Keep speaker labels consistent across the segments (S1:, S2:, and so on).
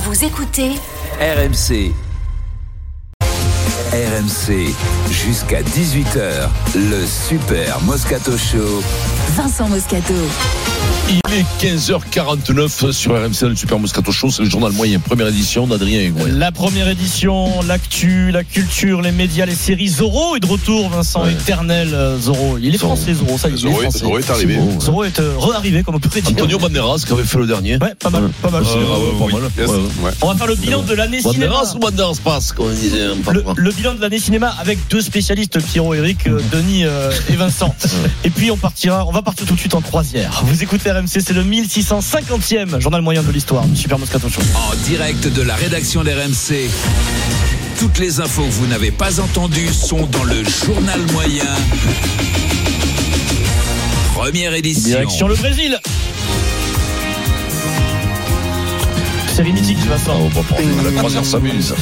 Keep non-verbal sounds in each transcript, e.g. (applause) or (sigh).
S1: Vous écoutez
S2: RMC. RMC, jusqu'à 18h, le Super Moscato Show.
S1: Vincent Moscato.
S3: Il est 15h49 sur RMC, le Super Moscato Show. C'est le journal moyen, première édition d'Adrien Egoyen.
S4: La première édition, l'actu, la culture, les médias, les séries. Zorro est de retour, Vincent,
S3: Ouais.
S4: éternel euh, Zorro. Il est
S3: Zorro.
S4: français, Zorro, ça y est. il est
S5: Zorro est-
S4: français.
S5: Zorro est arrivé.
S3: C'est bon, ouais.
S4: Zorro est euh, re-arrivé, comme on peut dire.
S3: Antonio Banderas, qui avait fait le dernier.
S4: Ouais, pas mal, pas mal.
S3: Euh, ouais, pas mal.
S5: Yes.
S3: Ouais, ouais.
S5: Ouais.
S4: On va faire le bilan de l'année cinéma.
S3: Banderas ou Banderas passe, comme on disait. hein,
S4: Le,
S3: parfois.
S4: le bilan de l'année cinéma avec deux spécialistes, Pierrot, Eric, euh, Denis euh, et Vincent. Et puis on partira, on va partir tout de suite en croisière. Vous écoutez RMC, c'est le 1650e journal moyen de l'histoire du Super Moscato Show.
S2: En direct de la rédaction d'RMC. Toutes les infos que vous n'avez pas entendues sont dans le journal moyen. Première édition.
S4: Direction le Brésil. Série mythique, Vincent.
S3: Oh, bah, bah, La croisière s'amuse.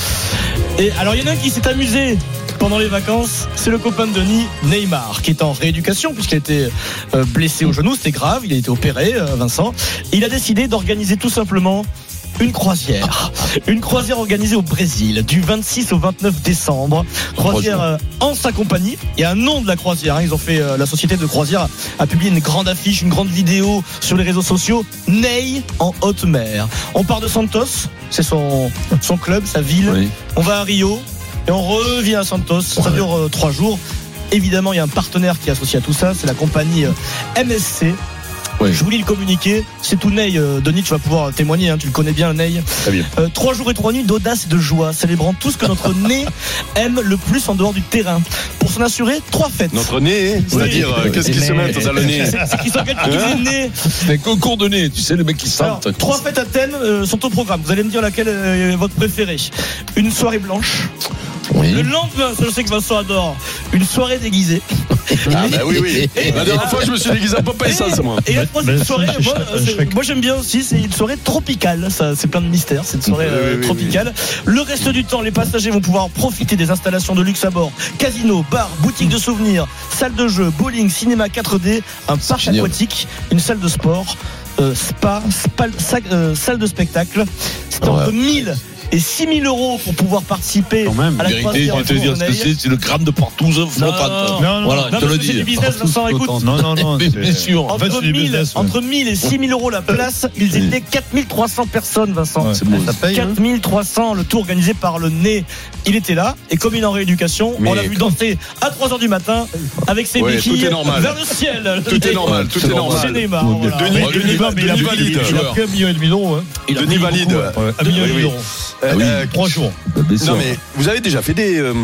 S4: Et alors, il y en a un qui s'est amusé pendant les vacances, c'est le copain de Denis, Neymar, qui est en rééducation puisqu'il a été euh, blessé au genou, c'était grave, il a été opéré, euh, Vincent. Et il a décidé d'organiser tout simplement une croisière. Une croisière organisée au Brésil du 26 au 29 décembre. Croisière euh, en sa compagnie. Il y a un nom de la croisière. hein. Ils ont fait, euh, la société de croisière a publié une grande affiche, une grande vidéo sur les réseaux sociaux. Ney en haute mer. On part de Santos, c'est son, son club, sa ville.
S3: Oui.
S4: On va à Rio et on revient à Santos. Ça
S3: Ouais.
S4: dure euh, trois jours. Évidemment, il y a un partenaire qui est associé à tout ça, c'est la compagnie euh, MSC.
S3: Oui.
S4: Je vous lis le communiqué. C'est tout Ney. euh, Denis, tu vas pouvoir témoigner, hein, tu le connais bien, Ney.
S3: Très
S4: (laughs)
S3: bien.
S4: Euh, trois jours et trois nuits d'audace et de joie, célébrant tout ce que
S3: (laughs)
S4: notre nez aime le plus en dehors du terrain. Pour s'en assurer, trois fêtes.
S5: Notre nez, c'est-à-dire
S4: Oui.
S5: euh, qu'est-ce qui se met dans le nez
S4: (laughs) C'est c'est qu'ils sont quelqu'un
S3: (laughs)
S4: qui
S5: Hein
S4: dit nez.
S3: C'est un concours de nez, tu sais, les mecs qui
S4: Alors,
S3: sentent.
S4: trois fêtes à thème euh, sont au programme. Vous allez me dire laquelle euh, est votre préférée. Une soirée blanche.
S3: Oui.
S4: Le lendemain, ça je sais que Vincent adore. Une soirée déguisée.
S5: Ah bah oui, oui. La dernière fois, je me suis déguisé en Popeye ça, c'est moi.
S4: Et la troisième
S6: mais-
S4: soirée,
S6: je- je-
S4: moi,
S6: je-
S4: euh,
S6: je-
S4: c'est- moi, j'aime bien aussi, c'est une soirée tropicale. Ça, c'est plein de mystères. C'est une soirée
S5: Oui,
S4: euh,
S5: oui, oui,
S4: tropicale. Le reste du temps, les passagers vont pouvoir profiter des installations de luxe à bord casino, bar, boutique de souvenirs, salle de jeu, bowling, cinéma 4D, un parc
S3: génial.
S4: aquatique, une salle de sport, euh, spa, spa- sa- euh, salle de spectacle. C'est
S3: Ouais.
S4: entre 1000 et 6000 euros pour pouvoir participer
S6: Quand même.
S4: à
S3: La vérité,
S4: la
S3: je
S4: croisière.
S3: vais te
S4: autour
S3: dire
S4: de
S3: ce que
S4: Neuilly.
S3: c'est, c'est le gramme de partout
S4: Non,
S3: flottante.
S6: non, non.
S3: Voilà, je te
S4: Non, parce
S3: le
S4: que c'est du
S3: dis.
S4: business, Vincent, écoute.
S6: Non, non, non.
S3: Mais (laughs) bien sûr.
S6: En fait,
S4: Entre,
S6: c'est du
S4: 1000,
S6: business. ouais.
S4: entre 1000 et 6000 euros la place, ils étaient 4300 personnes, Vincent.
S6: Ouais.
S3: C'est beau.
S6: Ça paye. hein
S4: 4300, le tout organisé par le nez. Il était là, et comme il est en rééducation, on l'a vu danser à 3h du matin avec ses
S5: Ouais,
S4: béquilles
S5: tout est normal.
S4: vers le ciel.
S5: Tout est normal, tout
S3: C'est
S5: est
S3: normal.
S4: C'est
S5: normal.
S4: Neymar. voilà.
S5: Denis,
S3: Ouais,
S5: Denis,
S3: Denis,
S5: Denis,
S3: mais il a pas
S5: valide.
S3: validé.
S6: Il a pris un million et demi d'euros. hein.
S5: Denis valide.
S6: Ouais, Un
S5: Oui,
S6: million et
S5: oui.
S6: demi d'euros.
S5: Euh,
S3: Ah oui.
S5: euh,
S6: Trois jours.
S3: Bien
S5: Non
S3: sûr.
S5: mais vous avez déjà fait des euh,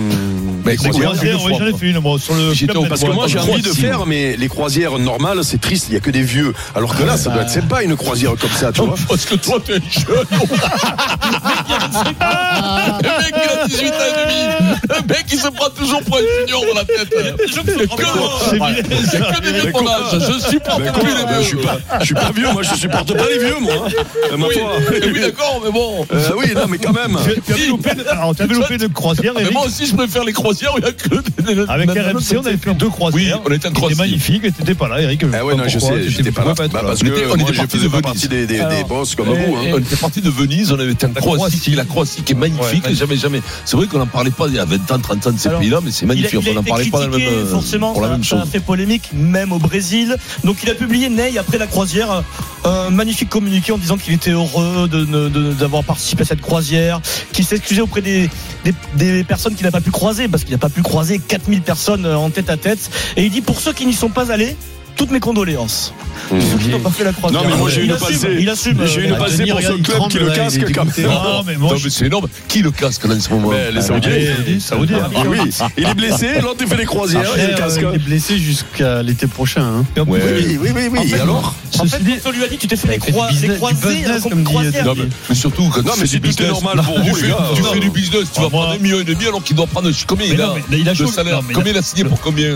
S3: Mais
S5: des
S3: quoi,
S5: croisières
S3: croisière,
S6: Croisière, oui,
S3: fois,
S6: j'en ai fait une, moi, sur le.
S3: Bah, J'étais
S6: club
S3: au- parce
S5: Parce que
S6: Med.
S5: moi j'ai envie de faire, mais les croisières normales, c'est triste, il n'y a que des vieux. Alors que là, ça doit être sympa une croisière comme ça, tu vois.
S3: Parce que toi, t'es jeune. Le mec, il a 18 ans et demi. Le mec, il se prend toujours pour un junior dans la tête.
S4: Je me
S3: C'est
S4: suis
S3: que, Ouais, c'est que des vieux de mon âge. Je supporte
S5: Ben, quoi,
S3: plus
S5: ben,
S3: les
S5: je
S3: vieux.
S5: suis pas, je suis pas vieux, moi je supporte pas les vieux, moi. Euh, ma
S3: Oui,
S5: foi.
S3: eh oui, d'accord, mais bon.
S5: Euh, oui, non, mais quand même.
S6: Tu tu avais loupé une- alors, tu avais loupé une croisière,
S3: Ah, Mais
S6: Eric.
S3: moi aussi, je préfère les croisières où il y a que des.
S6: Avec
S3: des-
S6: RMC, on avait fait deux croisières.
S3: Oui, on était en
S6: C'était
S3: croisière.
S6: magnifique, et t'étais pas là, Eric.
S5: Eh ouais,
S6: Pas
S5: non,
S3: Ah,
S5: je
S6: pourquoi,
S5: sais,
S6: tu
S5: j'étais pas là.
S6: pouvais être
S5: Bah, parce
S3: On était-
S5: que
S3: on
S5: moi,
S3: était
S5: je
S3: parti de
S5: faisais
S3: eh,
S5: pas
S3: Venise.
S5: partie des, des, des
S6: Alors,
S5: boss
S3: Ah
S5: comme vous. hein.
S6: et-
S3: bah On était parti de Venise, on avait été en
S6: La
S3: Croatie,
S6: Croatie.
S3: la Croatie qui est magnifique.
S6: Ouais.
S3: jamais, jamais. C'est vrai qu'on n'en parlait pas il y a 20 ans, 30 ans de ces
S4: Alors,
S3: pays-là, mais c'est
S4: Il a,
S3: magnifique.
S4: il a
S3: on n'en
S4: été
S3: parlait pas dans le
S4: critiqué,
S3: même, euh,
S4: forcément,
S3: pour la
S4: ça,
S3: même
S4: ça
S3: chose.
S4: a fait polémique, même au Brésil. Donc il a publié Ney après la croisière Euh, un magnifique communiqué en disant qu'il était heureux de ne- de- d'avoir participé à cette croisière, qu'il s'excusait auprès des, des, des personnes qu'il n'a pas pu croiser, parce qu'il n'a pas pu croiser 4000 personnes euh, en tête à tête. Et il dit pour ceux qui n'y sont pas allés, toutes mes condoléances.
S5: Mmh.
S4: Ceux qui n'ont pas fait la croisière.
S5: Non, mais moi, j'ai
S4: Il
S5: une
S4: assume,
S5: passée.
S4: Il assume.
S5: J'ai
S4: euh,
S5: une
S6: Ah,
S5: passée
S6: Denis,
S5: pour
S6: regarde,
S5: ce
S6: il
S5: club qui
S6: tremble,
S5: le
S6: là, il est
S5: casque quand
S6: dégoûté.
S5: même.
S6: Non, mais moi,
S3: Non, mais c'est énorme. Qui le casque là en ce moment
S5: Mais les Saoudiens.
S6: Saoudiens. Saoudiens.
S5: Ah oui, il est blessé, l'autre il fait les croisières, il a le casque.
S6: est blessé jusqu'à l'été prochain. hein. Et en
S3: Ouais.
S6: plus,
S5: Oui, oui, oui, oui. Et alors
S4: En fait,
S6: Ceci dit,
S4: quand on lui a dit, tu t'es fait les
S6: fait du
S4: crois- les
S6: business- du
S4: croisés,
S6: business,
S4: hein, comme
S6: comme dit
S4: croisière.
S3: Non, mais, mais surtout, quand
S5: Non,
S3: tu fais
S5: mais c'est
S3: du
S5: tout est
S3: business,
S5: normal pour
S3: tu
S5: vous,
S3: fais,
S5: les gars.
S3: tu
S5: Non.
S3: fais du business, tu
S6: Ah,
S3: vas
S6: moi-
S3: prendre un million et demi alors qu'il doit prendre combien
S6: Mais
S3: il
S6: non,
S3: a
S6: mais il a
S3: de
S6: chaud.
S3: salaire
S6: Non, mais il a-
S3: Combien il a signé pour combien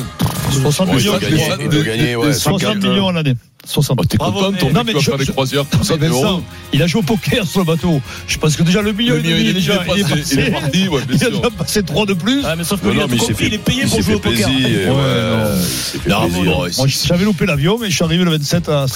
S6: 60
S5: Ouais, il
S6: millions,
S5: doit
S3: de-
S5: gagner, il doit
S3: de-
S5: gagner,
S3: de-
S5: ouais, euh,
S3: de-
S6: 60
S5: 50,
S6: millions à l'année. 60.
S3: Bah, t'es content, ton
S6: Non,
S3: mec, tu
S6: mais
S3: vas
S6: je-
S3: faire des
S6: je-
S3: croisières
S6: Non,
S3: pour
S6: mais
S3: 5 euros.
S6: Vincent, il a joué au poker sur le bateau. Je pense que déjà le million
S3: Le
S6: et
S3: million
S6: demi,
S3: et demi,
S6: déjà,
S3: il est parti. Il est parti, ouais, bien
S6: (laughs) Il a
S3: sûr.
S6: déjà passé 3 de plus.
S4: Ah, mais sauf que
S5: Non,
S4: lui,
S5: non, mais il s'est
S4: compris,
S5: fait,
S4: il est payé
S5: il
S4: pour
S5: s'est
S4: jouer
S5: fait
S4: au poker.
S5: plaisir. ouais,
S6: non.
S5: il s'est fait
S3: Non,
S5: plaisir.
S3: bon,
S6: Moi, j'avais loupé l'avion, mais je suis arrivé le 27 à, à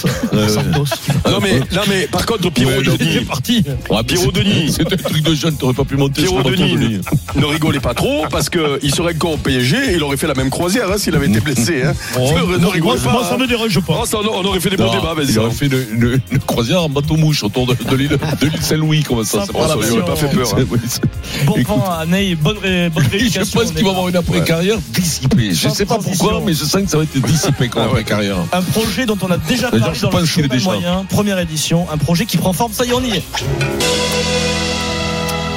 S6: Santos.
S5: Non, mais, non, mais par contre, Pierrot
S3: Ouais, non,
S5: Denis,
S6: C'est parti.
S3: Ouais, puis
S5: Pierrot
S3: c'est-
S5: Denis.
S3: C'est un truc de jeune, t'aurais pas pu monter
S5: Pierrot
S3: sur le bateau,
S5: Denis ne rigolez pas trop parce qu'il serait encore au PSG et il aurait fait la même croisière hein, s'il avait été blessé. Hein. ne, ne
S6: moi,
S5: rigole pas.
S6: moi, ça
S5: hein.
S6: me dérange pas.
S5: Oh, ça, on on aurait fait des bons
S3: Non,
S5: débats, vas-y.
S3: il aurait fait une, une- une croisière en bateau mouche autour de, de l'île de l'île Saint-Louis, comme ça.
S4: Ça
S3: c'est
S4: prend
S3: pas ça,
S4: la
S3: il
S5: Il
S3: aurait
S5: aurait pas fait peur.
S3: pas-
S5: hein.
S3: c'est- oui, c'est-
S4: Bon
S3: Écoute.
S4: point à Ney, bonne, ré- bonne
S3: Je
S4: rééducation.
S3: pense qu'il va avoir une après-carrière dissipée. Je
S4: Sans
S3: sais pas
S4: transition.
S3: pourquoi, mais je sens que ça va être dissipé comme
S5: Ah ouais.
S3: après-carrière.
S4: Un projet dont on a déjà
S3: D'ailleurs,
S4: parlé
S3: je
S4: dans
S3: pense
S4: le
S3: qu'il est
S4: journal
S3: déjà.
S4: moyen, première édition, un projet qui prend forme, ça y est, on y est.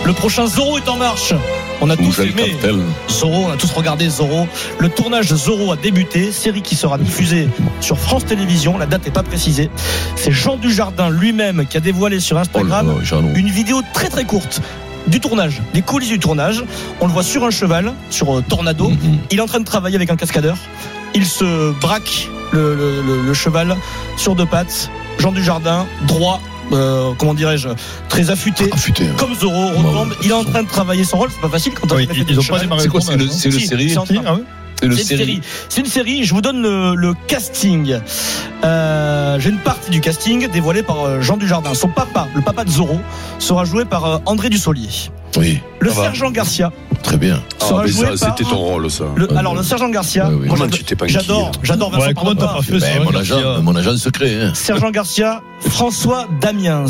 S4: Le prochain Zorro est en marche. On a
S3: Ou
S4: tous
S3: Jeanne
S4: aimé
S3: Cartel.
S4: Zorro, on a tous regardé Zorro. Le tournage de Zorro a débuté, série qui sera diffusée sur France Télévisions, la date n'est pas précisée. C'est Jean Dujardin lui-même qui a dévoilé sur
S3: Oh là
S4: Instagram
S3: là, Jeannot.
S4: une vidéo très très courte du tournage, des coulisses du tournage. On le voit sur un cheval, sur euh, Tornado.
S3: Mhm.
S4: Il est en train de travailler avec un cascadeur. Il se braque le, le- le- le cheval sur deux pattes. Jean Dujardin, droit, euh, comment dirais-je, très affûté.
S3: Ah, putain.
S4: Comme Zorro,
S3: Bah
S4: retombe.
S3: ouais.
S4: Il est en train de travailler son rôle. C'est pas facile quand on
S6: Oui,
S4: fait
S6: ils-
S4: du
S6: ils ont pas
S4: cheval.
S6: démarré
S3: C'est quoi,
S6: le
S3: c'est le,
S6: tournage,
S3: c'est le
S4: Si,
S3: série
S4: c'est en train.
S6: Ah ouais
S3: C'est le
S4: C'est une
S3: série.
S4: série. C'est une série. Je vous donne le, le casting. Euh, J'ai une partie du casting dévoilée par euh, Jean Dujardin. Son papa, le papa de Zorro, sera joué par euh, André Dussolier.
S3: Oui,
S4: Le
S5: Ça va.
S4: sergent Garcia
S3: très bien.
S5: Ah,
S4: sera
S5: mais
S4: joué
S5: ça,
S4: par.
S5: c'était ton rôle, ça.
S4: Le-
S3: Ouais,
S4: alors le
S3: ouais.
S4: sergent Garcia.
S3: Ouais, ouais.
S4: moi,
S5: Comment
S4: j'adore-
S5: tu t'es pas
S4: J'adore, j'adore Vincent
S6: Ouais, comment t'as
S4: Pardon.
S6: pas fait ça
S3: Ben,
S6: avec
S3: mon,
S6: la fille,
S3: agent,
S6: euh,
S3: mon agent secret. Hein.
S4: Sergent Garcia, François Damiens.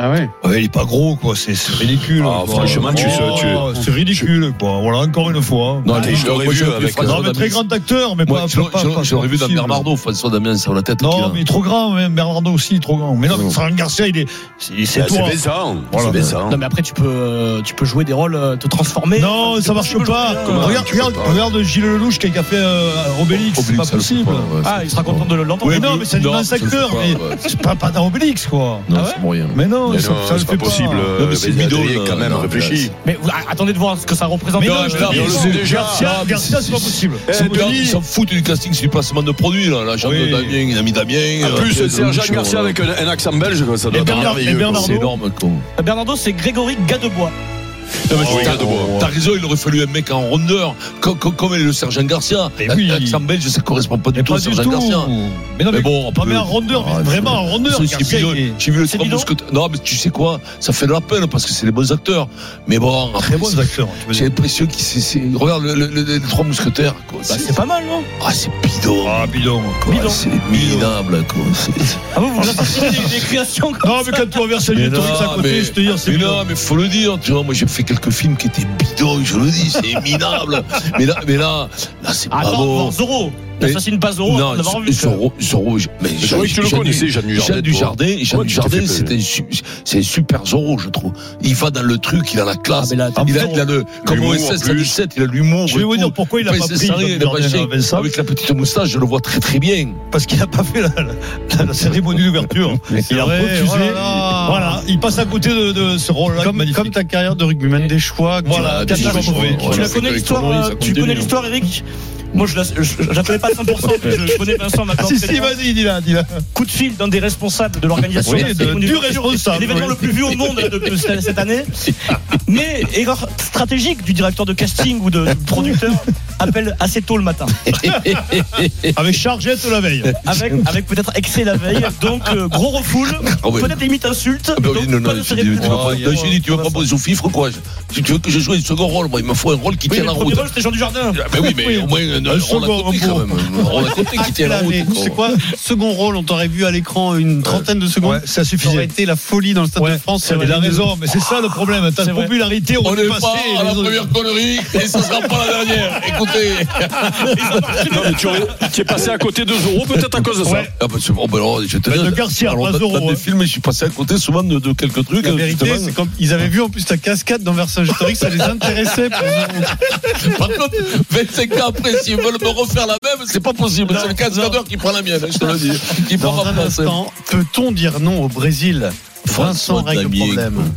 S7: Ah ouais
S6: Ouais, il est pas gros, quoi. C'est c'est ridicule.
S5: Ah,
S6: quoi.
S5: franchement, tu-
S6: Oh, C'est ridicule, quoi. Voilà, encore une fois.
S3: Non,
S5: mais je l'aurais
S3: moi,
S5: vu
S3: j'aurais
S5: avec-
S3: François
S6: Non, mais très
S3: Damiens.
S6: grand acteur, mais
S3: Moi,
S6: pas.
S3: je l'aurais-
S6: pas-
S3: je l'aurais-
S6: pas-
S3: je l'aurais vu dans
S6: possible.
S3: Bernardo, François Damien sur la tête. qu'il a.
S6: Non, mais trop grand, même Bernardo aussi, trop grand. Mais non, mais Sarah Garcia, il est. c'est- C'est
S5: Ah, C'est
S6: toi.
S5: Vincent.
S6: Voilà.
S5: C'est Vincent.
S6: hein.
S4: Non mais après tu peux euh, tu peux jouer des rôles euh, te transformer.
S6: Non,
S4: Enfin,
S6: ça
S4: c'est
S6: marche
S4: possible,
S6: pas.
S4: aujourd'hui, hein.
S5: Comment
S6: Regarde,
S5: tu peux
S6: regarde,
S5: pas
S6: regarde Gilles Lelouch qui a fait euh, Obélix, c'est
S3: Obélix,
S6: pas
S3: ça le fait
S6: possible.
S3: pas, ouais,
S4: Ah,
S3: ça
S4: il
S3: le
S4: sera
S3: fait pas.
S4: content de le- l'entendre.
S6: Mais non, mais c'est un
S3: Non,
S6: immense
S3: ça le fait
S6: acteur,
S3: pas,
S6: mais
S3: ouais.
S6: c'est pas, pas dans Obélix, quoi.
S3: Non,
S4: Ah ouais
S3: c'est moyen.
S6: Mais non,
S5: Mais
S6: ça,
S5: non,
S6: ça le
S5: c'est
S6: fait
S5: pas possible. euh,
S3: Non, mais c'est bidon,
S5: Adrien, quand
S3: là.
S5: même,
S3: Non,
S5: réfléchis.
S4: Mais vous- ah, attendez de voir ce que ça représente.
S6: Mais non,
S4: Euh,
S6: je
S3: mais là,
S5: mais on le
S3: c'est-
S5: sait déjà.
S6: Garcia,
S3: Ah,
S6: Garcia,
S3: mais
S6: c'est pas
S3: c'est-
S6: possible.
S5: Eh,
S3: C'est bien,
S5: Denis.
S3: Ils s'en foutent du casting, c'est du placement de produit. là. L'agent
S6: Oui.
S3: de Damien, il a mis Damien.
S5: En
S3: euh,
S5: plus,
S3: Pierre
S5: Sergent
S3: Lelouch,
S5: Garcia
S3: voilà.
S5: avec un, un accent belge, quoi, ça doit
S6: Et
S5: être
S6: Bernard- et
S5: merveilleux. quoi.
S6: Bernardo.
S3: C'est énorme, con.
S4: Bernardo, c'est Grégory Gadebois.
S6: Bah,
S3: Non, mais
S5: Oh,
S3: t'as-
S5: regarde, moi.
S3: T'as raison, il aurait fallu un mec en rondeur, co- co- comme est le sergent Garcia.
S6: Mais
S3: La-
S6: oui.
S3: L'accent belge, ça correspond pas du
S6: Mais
S3: tout au
S6: pas du
S3: sergent
S6: tout.
S3: Garcia.
S6: Mais non, mais.
S3: bon, on
S6: pas
S3: peut-
S6: mais un rondeur,
S3: Ah,
S6: mais vraiment un rondeur.
S3: c'est- c'est
S6: Garcia,
S3: bidon.
S6: il est-
S3: J'ai vu le
S4: C'est
S3: trois
S4: bidon
S3: mousquetaires. Non, mais tu sais quoi Ça fait de la peine parce que c'est les bons acteurs. Mais bon,
S6: Très bons acteurs. tu veux
S3: j'ai
S6: dire.
S3: l'impression qu'ils. c'est- c'est- Regarde le- le- le- les trois mousquetaires. quoi.
S4: Bah, c'est pas mal, non
S3: Ah, c'est bidon.
S6: Ah, bidon.
S3: quoi.
S4: bidon.
S3: C'est minable. quoi. C'est-
S4: Ah vous, vous associez des, des créations comme
S6: Non, mais quand tu renverses les
S3: Mais non,
S6: torrix à
S3: mais-
S6: côté, je te dis, c'est
S3: Mais
S6: bidon.
S3: non, mais faut le dire, tu vois, moi j'ai fait quelques films qui étaient bidons, je le dis, c'est minable. mais là, mais là, là c'est pas
S4: Attends,
S3: Ah bon.
S4: voir Zorro.
S3: Mais-
S4: T'assassines pas Zorro avant
S3: Non,
S4: d'avoir vu. que-
S3: Zorro, Zorro, je- mais
S5: Je croyais que tu le connaissais, Jeanne Dujardin.
S3: Jean
S5: toi.
S3: Dujardin, Jean
S5: Pourquoi tu t'es fait
S3: Dujardin,
S5: plaisir
S3: c'est un, su- c'est un super Zorro, je trouve. Il va dans le truc, il a la
S4: Ah,
S3: classe.
S4: mais là, t'as
S3: il, a,
S4: Zorro.
S3: il a le, comme
S5: L'humour,
S3: au
S5: en
S3: SS
S5: plus.
S3: 17, il a l'humour.
S6: Je vais
S3: et
S6: vous
S3: tout.
S6: dire pourquoi il a
S3: Après,
S6: pas
S3: c'est
S6: pris
S3: Sarri,
S6: Jean
S3: il a pas
S6: Dujardin
S3: chié.
S6: à Vincent.
S3: Avec la petite moustache, je le vois très très (laughs) bien.
S6: parce qu'il n'a pas fait la, la- la cérémonie d'ouverture. Il a
S7: vrai,
S6: refusé.
S7: oh là là.
S6: Voilà, il passe à côté de, de ce rôle-là.
S7: comme,
S6: magnifique.
S7: comme ta carrière de rugbyman des choix. que
S6: Voilà,
S7: tu-
S6: t'as
S7: tu-
S6: pas
S7: tu-
S6: trouvé.
S7: tu-
S4: Tu
S7: tu-
S4: la connais l'histoire euh, Tu connais l'histoire,
S6: hein.
S4: Eric moi, je la- je- j'appelais pas 100%, mais je connais Vincent
S7: Ah,
S4: maintenant.
S6: Si,
S4: très bien.
S6: si, vas-y, dis-la, dis-la.
S4: coup de fil d'un des responsables de l'organisation
S6: Oui,
S4: de la
S6: de-
S4: cérémonie
S6: du
S4: d'ouverture,
S6: responsable,
S4: l'événement
S6: oui.
S4: le plus vu au monde de, de cette, cette année. Mais erreur stratégique du directeur de casting ou de, du producteur appelle assez tôt le matin,
S3: Ah,
S6: (laughs) Avec Chargette la veille.
S4: avec, avec peut-être excès la veille. Donc euh, gros refoule,
S3: Ah ouais.
S4: peut-être limite insulte.
S3: Ah bah
S4: donc
S3: oui, non, non,
S4: pas de
S3: je dis, tu
S4: cérémonie
S3: m'as pas-
S4: d'ouverture.
S3: je dis, tu m'as proposé au fifre ou quoi Je- tu, tu veux que je joue un second rôle Moi, il me faut un rôle qui
S4: Oui,
S3: tient
S4: le
S3: la
S4: premier
S3: route.
S4: rôle, Oh, c'était Jean du Jardin.
S3: Ben oui, mais au moins un, un rôle à
S6: second
S3: côté quand
S6: rôle.
S3: même. Un rôle à côté qui tient la route.
S7: tu sais quoi Second rôle, on t'aurait vu à l'écran une trentaine de
S6: Ouais,
S7: secondes.
S6: ça
S7: Ça aurait
S6: suffisait.
S7: été la folie dans le Stade
S6: Ouais,
S7: de France.
S6: il a raison, mais c'est ça le problème. T'as
S4: C'est
S6: de
S4: vrai.
S6: popularité, on,
S3: On
S6: est
S3: n'est
S6: passé.
S3: pas à la
S6: les autres.
S3: (laughs) première connerie et ce sera pas la dernière. Écoutez.
S5: Non, mais tu aurais- tu es passé à côté de Zorro, peut-être à cause de ça.
S6: Ouais.
S3: Ah ben c'est bon, ben alors, je vais te
S6: Ben,
S3: dire,
S6: de Garcia,
S3: alors,
S6: pas
S3: dans,
S6: Zorro,
S3: dans des
S6: hein.
S3: films, je suis passé à côté souvent de, de quelques trucs.
S7: La vérité,
S3: justement.
S7: c'est comme ils avaient vu en plus ta cascade dans Versailles historique, ça les intéressait. pour-
S3: (laughs) Par contre, 25 ans après, s'ils veulent me refaire la même, c'est pas possible. C'est le cascadeur qui prend la mienne, hein, je te le dis. Qui prend
S7: Dans
S3: ma
S7: un
S3: place.
S7: instant, peut-on dire non au Brésil Vincent règle le problème.